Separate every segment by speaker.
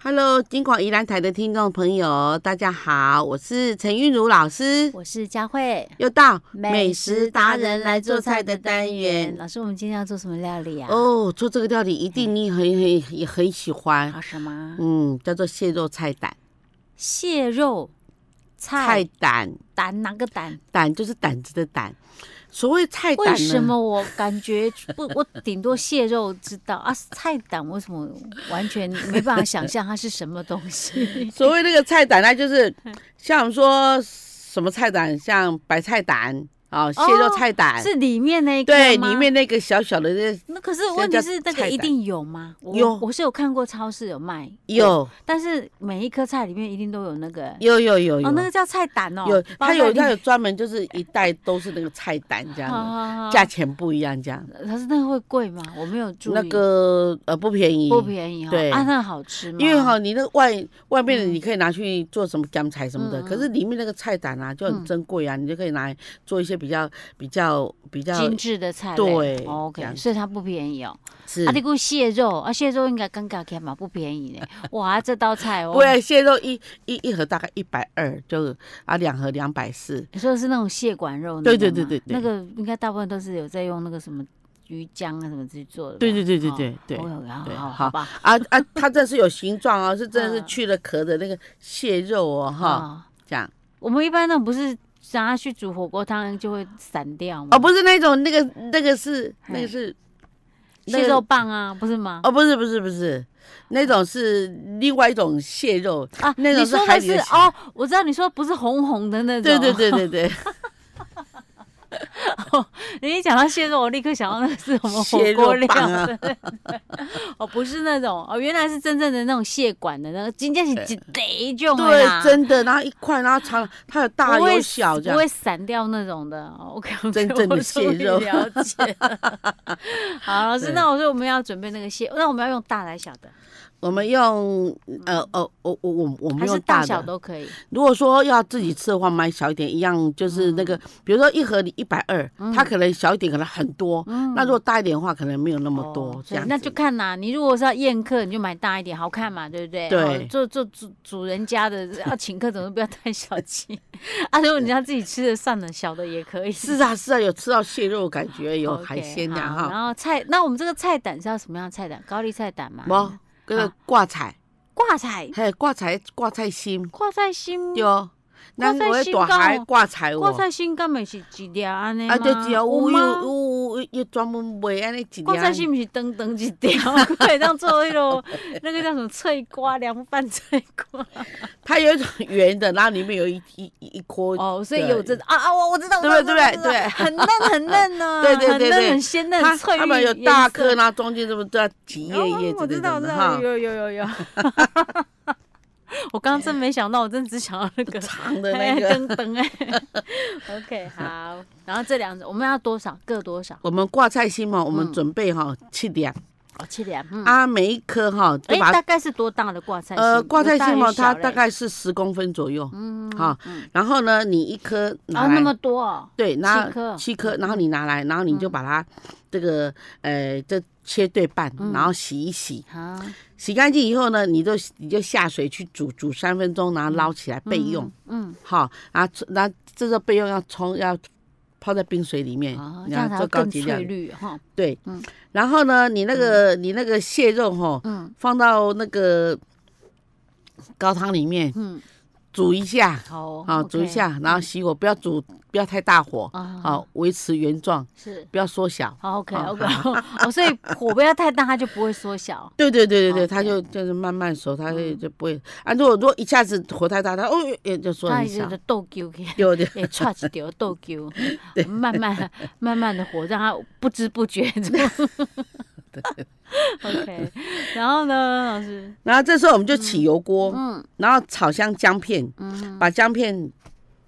Speaker 1: Hello，金广宜兰台的听众朋友，大家好，我是陈韵如老师，
Speaker 2: 我是佳慧，
Speaker 1: 又到美食达人来做菜的单元。
Speaker 2: 老师，我们今天要做什么料理啊？
Speaker 1: 哦，做这个料理一定你很很也很喜欢，
Speaker 2: 好什么？
Speaker 1: 嗯，叫做蟹肉菜胆。
Speaker 2: 蟹肉菜
Speaker 1: 菜胆
Speaker 2: 胆哪个胆？
Speaker 1: 胆就是胆子的胆，所谓菜胆
Speaker 2: 为
Speaker 1: 呢？？
Speaker 2: 什么我感觉不？我顶多蟹肉知道啊，菜胆为什么完全没办法想象它是什么东西
Speaker 1: 所谓那个菜胆，那就是
Speaker 2: 嗯
Speaker 1: 像我们说什么菜胆，像白菜胆啊，蟹肉 菜胆，
Speaker 2: 哦是里面那一个
Speaker 1: 对，
Speaker 2: 吗
Speaker 1: 里面那个小小的那
Speaker 2: 那可是问题是
Speaker 1: 叫菜
Speaker 2: 那个
Speaker 1: 胆
Speaker 2: 一定有吗？我
Speaker 1: 有
Speaker 2: 我是有看过超市有卖，
Speaker 1: 有
Speaker 2: 但是每一颗菜里面一定都有那个。
Speaker 1: 有有有有
Speaker 2: 哦，那个叫菜胆哦，
Speaker 1: 有，
Speaker 2: 包
Speaker 1: 它
Speaker 2: 在
Speaker 1: 有
Speaker 2: 里
Speaker 1: 它
Speaker 2: 面
Speaker 1: 有专门就是一袋都是那个菜胆这 样的，
Speaker 2: 啊
Speaker 1: 价钱不一样这样。
Speaker 2: 可是那个会贵吗？我没有注意，
Speaker 1: 那个呃不便宜，
Speaker 2: 不便宜哈、
Speaker 1: 对
Speaker 2: 啊，那好吃吗？
Speaker 1: 因为哈，你那外外面的
Speaker 2: 嗯
Speaker 1: 你可以拿去做什么干菜什么的，可是里面那个菜胆啊就
Speaker 2: 嗯
Speaker 1: 很珍贵啊，你就可以拿来做一些比较比较比较
Speaker 2: 精致的菜类，
Speaker 1: 对
Speaker 2: 哦
Speaker 1: 这样
Speaker 2: ，OK，
Speaker 1: 子
Speaker 2: 所以它不便宜哦。
Speaker 1: 是
Speaker 2: 啊，。你个蟹肉啊，蟹肉应该尴尬起来嘛，不便宜 呢。哇，这道菜哦
Speaker 1: 不，然蟹肉一一一盒大概一百二，就啊两盒两百四。
Speaker 2: 你说的是那种蟹管肉那个
Speaker 1: 对
Speaker 2: 吗，
Speaker 1: 对对对对
Speaker 2: 那个应该大部分都是有在用那个什么鱼浆啊什么去做的吧，
Speaker 1: 对对对对对对
Speaker 2: 哦哦好
Speaker 1: 对
Speaker 2: 好
Speaker 1: 好
Speaker 2: 好吧，
Speaker 1: 啊啊，它这是有形状哦，是真的是
Speaker 2: 嗯
Speaker 1: 去了壳的那个蟹肉哦哈，
Speaker 2: 啊，
Speaker 1: 这样
Speaker 2: 我们一般那种不是拿去煮火锅汤就会散掉吗？
Speaker 1: 哦，不是那种那个那个是
Speaker 2: 嘿
Speaker 1: 那个是那
Speaker 2: 蟹
Speaker 1: 个
Speaker 2: 肉棒啊，不是吗？
Speaker 1: 哦，不是不是不是，那种是另外一种蟹肉，
Speaker 2: 啊，
Speaker 1: 那种
Speaker 2: 你
Speaker 1: 是
Speaker 2: 说
Speaker 1: 海
Speaker 2: 的
Speaker 1: 里
Speaker 2: 是
Speaker 1: 的蟹
Speaker 2: 哦，我知道你说不是红红的那种，哦
Speaker 1: 对对对对 对，
Speaker 2: 你一讲到蟹肉，我立刻想到那个是什么火
Speaker 1: 蟹肉
Speaker 2: 锅料
Speaker 1: 棒啊
Speaker 2: 的，哦，不是那种哦，原来是真正的那种蟹管的那个，真正是一得种的啦
Speaker 1: 对，真的，然后一块，然后长，它有大
Speaker 2: 不
Speaker 1: 有
Speaker 2: 会
Speaker 1: 小这
Speaker 2: 不
Speaker 1: 样，
Speaker 2: 会散掉那种的。哦 OK，
Speaker 1: 真正的蟹肉
Speaker 2: 了解了。好，老师，
Speaker 1: 对
Speaker 2: 那我说我们要准备那个蟹，那我们要用大的还是小的，
Speaker 1: 我们用呃哦我我我我们
Speaker 2: 还是
Speaker 1: 用
Speaker 2: 大
Speaker 1: 的
Speaker 2: 小都可以？
Speaker 1: 如果说要自己吃的话，买小一点，一样就是那个，
Speaker 2: 嗯
Speaker 1: 比如说一盒里一百二，它可能小一点，可能很多。那如果大一点的话，可能没有那么多。
Speaker 2: 嗯哦
Speaker 1: 这样子
Speaker 2: 那就看啦。你如果是要宴客，你就买大一点，好看嘛，对不对？
Speaker 1: 对
Speaker 2: 哦做做主主人家的 要请客，总是不要太小气 啊。如果你要自己吃的，算了，小的也可以。
Speaker 1: 是啊是啊，有吃到蟹肉的感觉，有
Speaker 2: 哦 OK，
Speaker 1: 海鲜的
Speaker 2: 好
Speaker 1: 哈，
Speaker 2: 然后菜，那我们这个菜胆是要什么样的菜胆？高丽菜胆嘛？
Speaker 1: 不，跟那
Speaker 2: 啊
Speaker 1: 挂彩，
Speaker 2: 挂菜，
Speaker 1: 还有挂彩挂菜心，哦
Speaker 2: 挂菜心，
Speaker 1: 有，那
Speaker 2: 嗯挂
Speaker 1: 我
Speaker 2: 菜
Speaker 1: 一
Speaker 2: 心
Speaker 1: 大海
Speaker 2: 哦
Speaker 1: 挂彩
Speaker 2: 挂
Speaker 1: 哦，
Speaker 2: 菜心干嘛是一条安尼
Speaker 1: 啊就只有有有
Speaker 2: 吗？
Speaker 1: 有有有专门卖安尼一
Speaker 2: 挂菜
Speaker 1: 两。
Speaker 2: 心不是长长一条， 可以当做那种那个叫什么脆瓜凉拌脆瓜。
Speaker 1: 它有一种圆的，然后里面有一一一一颗
Speaker 2: 哦，所以
Speaker 1: 对
Speaker 2: 有这啊啊，我我知道，我
Speaker 1: 对不
Speaker 2: 知道
Speaker 1: 对
Speaker 2: 我知道
Speaker 1: 对
Speaker 2: 很嫩很嫩 呢，
Speaker 1: 对对对
Speaker 2: 很
Speaker 1: 对
Speaker 2: 嫩很鲜嫩，
Speaker 1: 它
Speaker 2: 很翠绿，
Speaker 1: 它们有大颗，，然后中间这么这样几
Speaker 2: 一
Speaker 1: 叶一叶
Speaker 2: 哦我
Speaker 1: 子
Speaker 2: 知
Speaker 1: 那
Speaker 2: 道，我
Speaker 1: 种
Speaker 2: 知
Speaker 1: 的
Speaker 2: 道，
Speaker 1: 哈。
Speaker 2: 有有有有。 我刚刚真没想到，我真只想到那个
Speaker 1: 长的那个。
Speaker 2: 噔噔 哎。OK，好，然后这两种我们要多少？各多少？
Speaker 1: 我们挂菜心哦嘛，我们准备哈七两
Speaker 2: 哦，七两。嗯，
Speaker 1: 啊，每一颗哈，
Speaker 2: 哎
Speaker 1: 对，吧？
Speaker 2: 大概是多大的挂菜心？
Speaker 1: 呃，挂菜
Speaker 2: 有大
Speaker 1: 心
Speaker 2: 有
Speaker 1: 嘛，
Speaker 2: 小
Speaker 1: 它
Speaker 2: 嘞
Speaker 1: 大概是十公分左右，
Speaker 2: 嗯
Speaker 1: 哈
Speaker 2: 嗯
Speaker 1: 然后呢，你一颗拿
Speaker 2: 啊
Speaker 1: 来
Speaker 2: 那么多哦，
Speaker 1: 对，拿
Speaker 2: 七颗嗯
Speaker 1: 七颗，然后你拿来，然后你就把它这个呃，这切对半，然
Speaker 2: 嗯
Speaker 1: 后洗一洗，
Speaker 2: 啊，
Speaker 1: 洗干净以后呢，你就你就下水去煮煮三分钟，然后捞起来备用，
Speaker 2: 嗯，
Speaker 1: 好，然后然后这时候备用要冲要泡在冰水里面
Speaker 2: 啊，，这
Speaker 1: 然后
Speaker 2: 样才
Speaker 1: 做
Speaker 2: 会
Speaker 1: 高
Speaker 2: 更
Speaker 1: 级料
Speaker 2: 翠
Speaker 1: 理。
Speaker 2: 绿哈，
Speaker 1: 对，
Speaker 2: 嗯
Speaker 1: 然后呢，你那个、你那个蟹肉哈，
Speaker 2: 嗯
Speaker 1: 放到那个高汤里面
Speaker 2: 嗯，
Speaker 1: 煮一下，
Speaker 2: 好，
Speaker 1: 啊，煮一
Speaker 2: OK 嗯
Speaker 1: 下，然后熄火，不要煮，不要太大火，
Speaker 2: 啊
Speaker 1: 好、维持原状，
Speaker 2: 是。
Speaker 1: 不要缩小。
Speaker 2: 好，OK
Speaker 1: 好
Speaker 2: OK，哦，所以火不要太大，它就不会缩小。
Speaker 1: 对对对对对，
Speaker 2: OK
Speaker 1: 它就就是慢慢熟，它就
Speaker 2: 嗯
Speaker 1: 就不会啊。如果如果一下子火太大，它哦也就缩
Speaker 2: 它
Speaker 1: 很
Speaker 2: 也
Speaker 1: 小
Speaker 2: 就。豆球去，
Speaker 1: 有的，
Speaker 2: 也串起掉豆 球，慢慢慢慢的火，让它不知不觉中。OK，然后呢，老师，
Speaker 1: 然后这时候我们就起油锅，
Speaker 2: 嗯
Speaker 1: 然后炒香姜片，
Speaker 2: 嗯
Speaker 1: 把姜片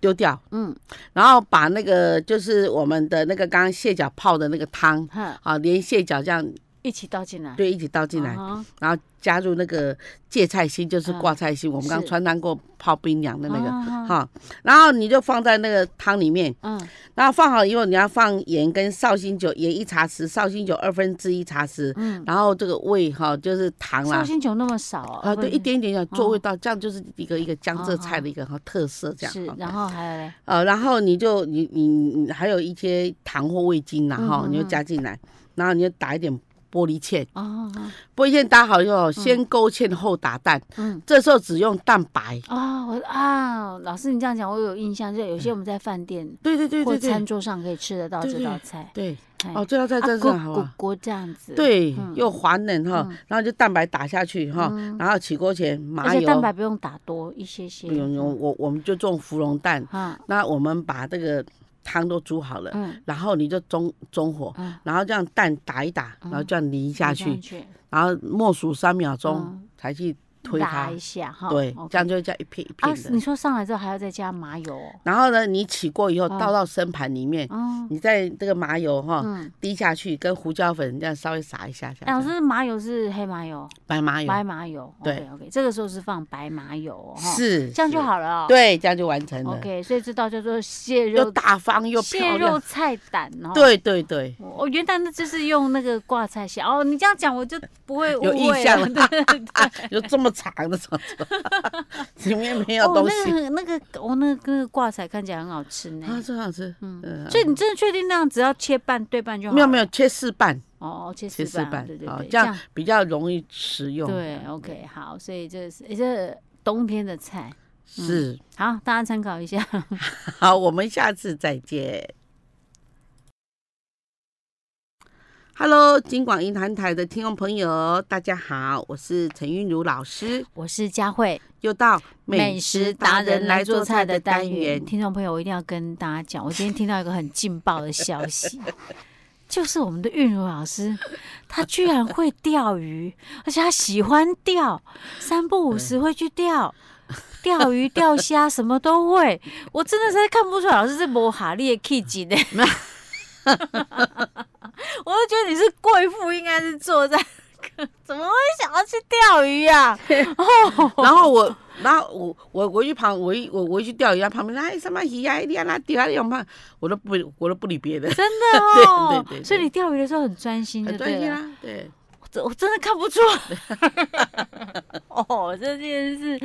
Speaker 1: 丢掉，
Speaker 2: 嗯，
Speaker 1: 然后把那个就是我们的那个刚刚蟹脚泡的那个汤，
Speaker 2: 哈，
Speaker 1: 啊，连蟹脚这样
Speaker 2: 一起倒进来，
Speaker 1: 对，一起倒进来，
Speaker 2: 啊哈
Speaker 1: 然后加入那个芥菜心，就是
Speaker 2: 嗯
Speaker 1: 挂菜心，我们刚
Speaker 2: 是
Speaker 1: 穿汤过泡冰凉的那个，
Speaker 2: 啊哈
Speaker 1: 哈，然后你就放在那个汤里面，
Speaker 2: 嗯
Speaker 1: 然后放好以后，你要放盐跟绍兴酒，盐一茶匙，绍兴酒二分之一茶匙，
Speaker 2: 嗯，
Speaker 1: 然后这个味哈就是糖啦
Speaker 2: 绍，兴酒那么少哦
Speaker 1: 啊对，一点一点要做味道，这样就是一个一个江浙
Speaker 2: 哦
Speaker 1: 菜的一个哈特色这样。
Speaker 2: 是
Speaker 1: 哈，
Speaker 2: 然后还有嘞，
Speaker 1: 呃，然后你就你你你还有一些糖或味精啦
Speaker 2: 嗯
Speaker 1: 哈，
Speaker 2: 嗯
Speaker 1: 你就加进来，然后你就打一点玻璃芡，
Speaker 2: 哦，哦
Speaker 1: 玻璃芡打好以后，先勾芡后打蛋，
Speaker 2: 嗯。
Speaker 1: 这时候只用蛋白。
Speaker 2: 哦，我啊，老师，你这样讲，我有印象，就有
Speaker 1: 嗯
Speaker 2: 些我们在饭店
Speaker 1: 对对对
Speaker 2: 或
Speaker 1: 对
Speaker 2: 餐
Speaker 1: 对
Speaker 2: 桌上可以吃得到
Speaker 1: 对
Speaker 2: 这
Speaker 1: 对
Speaker 2: 道菜。
Speaker 1: 对，
Speaker 2: 哎
Speaker 1: 哦，这道菜
Speaker 2: 啊
Speaker 1: 真是
Speaker 2: 咕
Speaker 1: 好
Speaker 2: 咕
Speaker 1: 啊。
Speaker 2: 咕这样子，，
Speaker 1: 对
Speaker 2: 嗯，
Speaker 1: 又滑嫩哈
Speaker 2: 嗯，
Speaker 1: 然后就蛋白打下去哈，然后起锅前麻
Speaker 2: 而且
Speaker 1: 油，
Speaker 2: 蛋白嗯不用打多一些些。
Speaker 1: 不用用我我们就种芙蓉蛋，
Speaker 2: 啊，
Speaker 1: 那我们把这个汤都煮好了，
Speaker 2: 嗯
Speaker 1: 然后你就中中火，
Speaker 2: 嗯，
Speaker 1: 然后这样蛋打一打，然后这样淋下
Speaker 2: 这
Speaker 1: 去
Speaker 2: 样，去
Speaker 1: 然后默数三秒钟
Speaker 2: 嗯
Speaker 1: 才去推
Speaker 2: 打
Speaker 1: 它
Speaker 2: 一，下哈。
Speaker 1: 对，
Speaker 2: OK
Speaker 1: 这样就叫一片一
Speaker 2: 啊
Speaker 1: 片，
Speaker 2: 你
Speaker 1: 的。
Speaker 2: 说上来之后还要再加麻油哦。
Speaker 1: 然后呢，你起锅以后
Speaker 2: 嗯
Speaker 1: 倒到生盘里面，
Speaker 2: 嗯
Speaker 1: 你在这个麻油哈
Speaker 2: 嗯，
Speaker 1: 滴下去，跟胡椒粉这样稍微撒一下下
Speaker 2: 哎，老
Speaker 1: 这样，
Speaker 2: 师，麻油是黑麻油，
Speaker 1: 白麻油
Speaker 2: 白麻油。
Speaker 1: 对
Speaker 2: ，OK，这个时候是放白麻油哦哈，
Speaker 1: 是
Speaker 2: 这样就是好了哦。
Speaker 1: 对，这样就完成了，
Speaker 2: OK，所以这道叫做蟹
Speaker 1: 又
Speaker 2: 肉
Speaker 1: 大方又漂
Speaker 2: 蟹肉
Speaker 1: 亮，
Speaker 2: 菜胆哦。
Speaker 1: 对对对。
Speaker 2: 我原来那哦就是用那个挂菜写哦，你这样讲我就不会误啊
Speaker 1: 有印
Speaker 2: 会
Speaker 1: 象
Speaker 2: 了。
Speaker 1: 了， 啊有这么长的长长，里面没有
Speaker 2: 哦，
Speaker 1: 东
Speaker 2: 那
Speaker 1: 西。
Speaker 2: 个那个我、哦、那个那个挂菜看起来很好吃
Speaker 1: 啊，
Speaker 2: 呢。
Speaker 1: 真好吃。
Speaker 2: 嗯
Speaker 1: 嗯，
Speaker 2: 所以你真的确定那样只要切半对半就好？
Speaker 1: 没有没有，切四瓣，
Speaker 2: 哦，哦切
Speaker 1: 切
Speaker 2: 四
Speaker 1: 四
Speaker 2: 瓣，
Speaker 1: 瓣
Speaker 2: 对对
Speaker 1: 啊
Speaker 2: 对，，
Speaker 1: 这样比较容易食用。
Speaker 2: 对嗯 OK 好，所以这是诶这冬天的菜，
Speaker 1: 是
Speaker 2: 好大家参考一下。
Speaker 1: 好，我们下次再见。Hello，金广银坛台的听众朋友，大家好，我是陈韵如老师，
Speaker 2: 我是佳慧，
Speaker 1: 又到
Speaker 2: 听众朋友，我一定要跟大家讲，我今天听到一个很劲爆的消息， 就是我们的韵如老师，他居然会钓鱼，而且他喜欢钓，三不五时会去钓。钓鱼、钓虾，什么都会，我真的是看不出来，老师是摩哈利的 K 级呢。我就觉得你是贵妇，应该是坐在，怎么会想要去钓鱼啊？
Speaker 1: 然后我，然后我，我我去旁，我一我我一去钓鱼，他旁边哎什么鱼啊，你啊那钓啊，你嘛，我都不我都不理别的，
Speaker 2: 真的哦，
Speaker 1: 对对对
Speaker 2: 所以你钓鱼的时候很专心，
Speaker 1: 很
Speaker 2: 就
Speaker 1: 专
Speaker 2: 嗯对
Speaker 1: 心
Speaker 2: 了。
Speaker 1: 啊，对，
Speaker 2: 我真我真的看不出来。 哦，这件事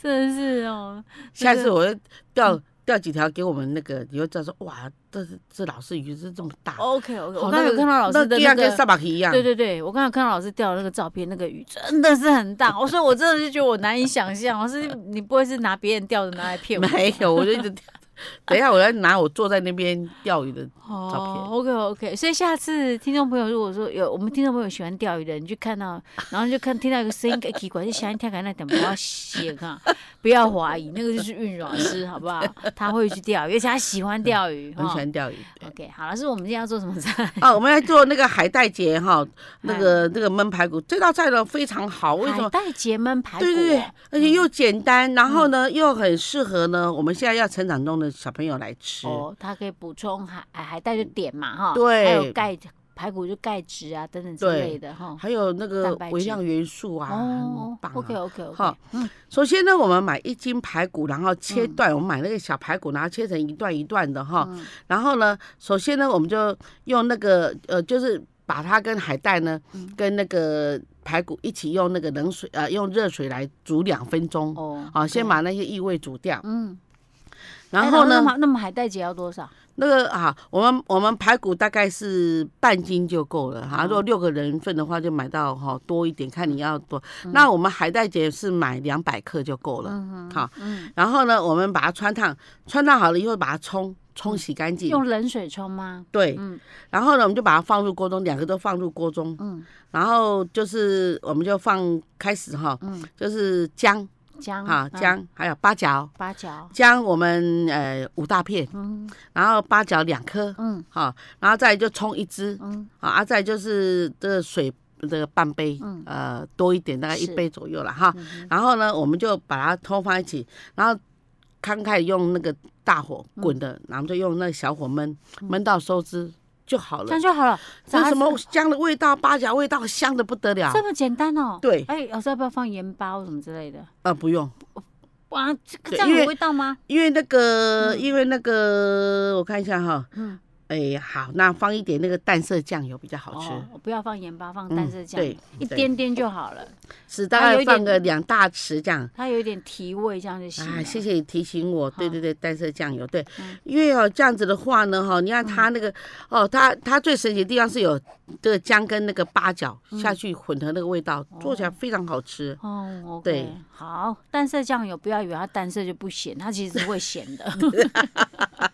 Speaker 2: 真的是嗯哦，
Speaker 1: 下次我要钓钓几条给我们那个，你会知道说哇，这是这老师鱼是这么大，
Speaker 2: OK OK，我哦
Speaker 1: 好
Speaker 2: 刚才有看到老师
Speaker 1: 那
Speaker 2: 的那
Speaker 1: 样跟
Speaker 2: 个。
Speaker 1: 萨巴鱼一样，
Speaker 2: 对对对，我刚才有看到老师钓的那个照片，那个鱼真的是很大，我说我真的是觉得我难以想象，老师你不会是拿别人钓的拿来骗我？
Speaker 1: 没有，我就 一直钓。等一下，我要拿我坐在那边钓鱼的，
Speaker 2: 哦，OK OK，所以下次听众朋友如果说有我们听众朋友喜欢钓鱼的，你去看到， 然后就看听到一个声音，哎奇怪，就想跳开那点不要写啊， 不要怀疑，那个就是韵老师，好不好？他会去钓鱼，而且他喜欢钓鱼，
Speaker 1: 很喜
Speaker 2: 哈
Speaker 1: 欢 钓鱼。对
Speaker 2: OK，好，老师，我们今天要做什 么菜？
Speaker 1: 哦，我们来做那个海带节哈，那个那个焖排骨，这道菜呢非常好，为什么
Speaker 2: 海？带结焖排骨
Speaker 1: 对
Speaker 2: 哦，嗯
Speaker 1: 对对，而且又简单，然后呢、又很适合呢我们现在要成长中的小朋友来吃。
Speaker 2: 哦，它可以补充海哎海带就点嘛，哈，
Speaker 1: 对
Speaker 2: 还有钙排骨就钙质啊等等之
Speaker 1: 对
Speaker 2: 类的哈。
Speaker 1: 还有那个
Speaker 2: 蛋白质
Speaker 1: 微量元素啊，很
Speaker 2: 哦嗯
Speaker 1: 棒、啊。
Speaker 2: ，OK OK OK，
Speaker 1: 哈首先呢，我们买一斤排骨，然后切断，我们买那个小排骨，然后切成一段一段的哈。
Speaker 2: 嗯
Speaker 1: 然后呢，首先呢，我们就用那个呃，就是把它跟海带呢，
Speaker 2: 嗯
Speaker 1: 跟那个排骨一起用那个冷水呃，用热水来煮两分钟。
Speaker 2: 哦
Speaker 1: 好，先把那些异味煮掉，
Speaker 2: 嗯。
Speaker 1: 然后
Speaker 2: 哎
Speaker 1: 呢
Speaker 2: 那，么那么海带节要多少？
Speaker 1: 那个啊，我们我们排骨大概是半斤就够了
Speaker 2: 嗯
Speaker 1: 哈。如果六个人份的话，就买到哈、多一点，看你要多。
Speaker 2: 嗯
Speaker 1: 那我们海带节是买两百克就够了，好。然后呢，我们把它穿烫，穿烫好了以后把它冲冲洗干净，
Speaker 2: 嗯用冷水冲吗？
Speaker 1: 对。
Speaker 2: 嗯
Speaker 1: 然后呢，我们就把它放入锅中，两个都放入锅中，
Speaker 2: 嗯
Speaker 1: 然后就是我们就放开始哈，
Speaker 2: 嗯，
Speaker 1: 就是姜
Speaker 2: 姜
Speaker 1: 啊，
Speaker 2: 嗯
Speaker 1: 姜还有八角，
Speaker 2: 八角，
Speaker 1: 姜我们呃五大片，
Speaker 2: 嗯
Speaker 1: 然后八角两颗。
Speaker 2: 嗯
Speaker 1: 好、然后再来就冲一支，
Speaker 2: 嗯
Speaker 1: 啊，啊，再就是这个水这个半杯，
Speaker 2: 嗯
Speaker 1: 呃，多一点，大概一
Speaker 2: 是
Speaker 1: 杯左右了哈。
Speaker 2: 嗯哼
Speaker 1: 然后呢，我们就把它通放一起，然后
Speaker 2: 嗯
Speaker 1: 刚开始用那个大火滚的，然后就用那个小火焖，焖到收汁，就好
Speaker 2: 这
Speaker 1: 了
Speaker 2: 样。就好了。
Speaker 1: 那
Speaker 2: 嗯炸
Speaker 1: 什么姜的味道、八角味道，香的不得了。
Speaker 2: 这么简单哦？
Speaker 1: 对
Speaker 2: 哎，有时候要不要放盐巴或什么之类的？
Speaker 1: 啊，不用，
Speaker 2: 哇，这个
Speaker 1: 对
Speaker 2: 这样
Speaker 1: 因为
Speaker 2: 有味道吗？
Speaker 1: 因为那个，
Speaker 2: 嗯
Speaker 1: 因为那个，我看一下哈，
Speaker 2: 嗯，
Speaker 1: 哎，好，那放一点那个淡色酱油比较好吃，
Speaker 2: 哦，我不要放盐巴，放
Speaker 1: 嗯
Speaker 2: 淡色酱，
Speaker 1: 对
Speaker 2: 一
Speaker 1: 对
Speaker 2: 点点就好了。
Speaker 1: 是大
Speaker 2: 它有
Speaker 1: 概
Speaker 2: 一
Speaker 1: 放个
Speaker 2: 点
Speaker 1: 两大匙这样。
Speaker 2: 它有一点提味，这样就行了。
Speaker 1: 啊，谢谢你提醒我。对
Speaker 2: 好
Speaker 1: 对对，淡色酱油，对
Speaker 2: 嗯，
Speaker 1: 因为哦这样子的话呢，哈，你看它那个哦，它它最神奇的地方是有这个姜跟那个八角
Speaker 2: 嗯
Speaker 1: 下去混合那个味道，做起来非常好吃。
Speaker 2: 哦，OK，
Speaker 1: 对
Speaker 2: 好，淡色酱油不要以为它淡色就不咸，它其实是会咸 的。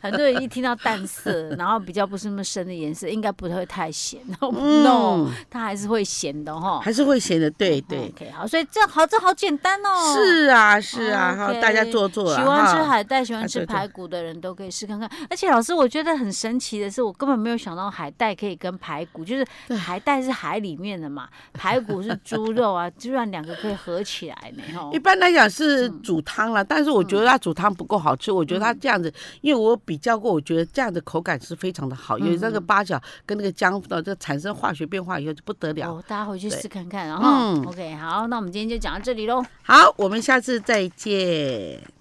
Speaker 2: 很多人一听到淡色，然后比较不是那么深的颜色，应该不会太咸。然后 no，它还是会咸的哈。
Speaker 1: 还是会咸的，对嗯对。
Speaker 2: ，OK，好，所以这好，这好简单哦。
Speaker 1: 是啊，是啊，哈，
Speaker 2: OK
Speaker 1: 大家做做
Speaker 2: 喜
Speaker 1: 啊，
Speaker 2: 欢吃
Speaker 1: 哈，
Speaker 2: 海带、喜欢
Speaker 1: 啊
Speaker 2: 吃
Speaker 1: 对对
Speaker 2: 排骨的人都可以试看看。而且老师，我觉得很神奇的是，我根本没有想到海带可以跟排骨，就是海带是海里面的嘛，排骨是猪肉啊， 居然两个可以合起来呢！哦
Speaker 1: 一，般来讲是
Speaker 2: 嗯
Speaker 1: 煮汤啦，但是我觉得它煮汤不够好吃，我觉得它这样子，因为我比较过，我觉得这样的口感是非常的
Speaker 2: 嗯
Speaker 1: 好，因为那个八角跟那个姜的这产生化学变化以后就不得了。
Speaker 2: 哦，大家回去
Speaker 1: 对
Speaker 2: 试看啊看，然后
Speaker 1: 嗯
Speaker 2: OK，好，那我们今天就讲到这里喽。
Speaker 1: 好，我们下次再见。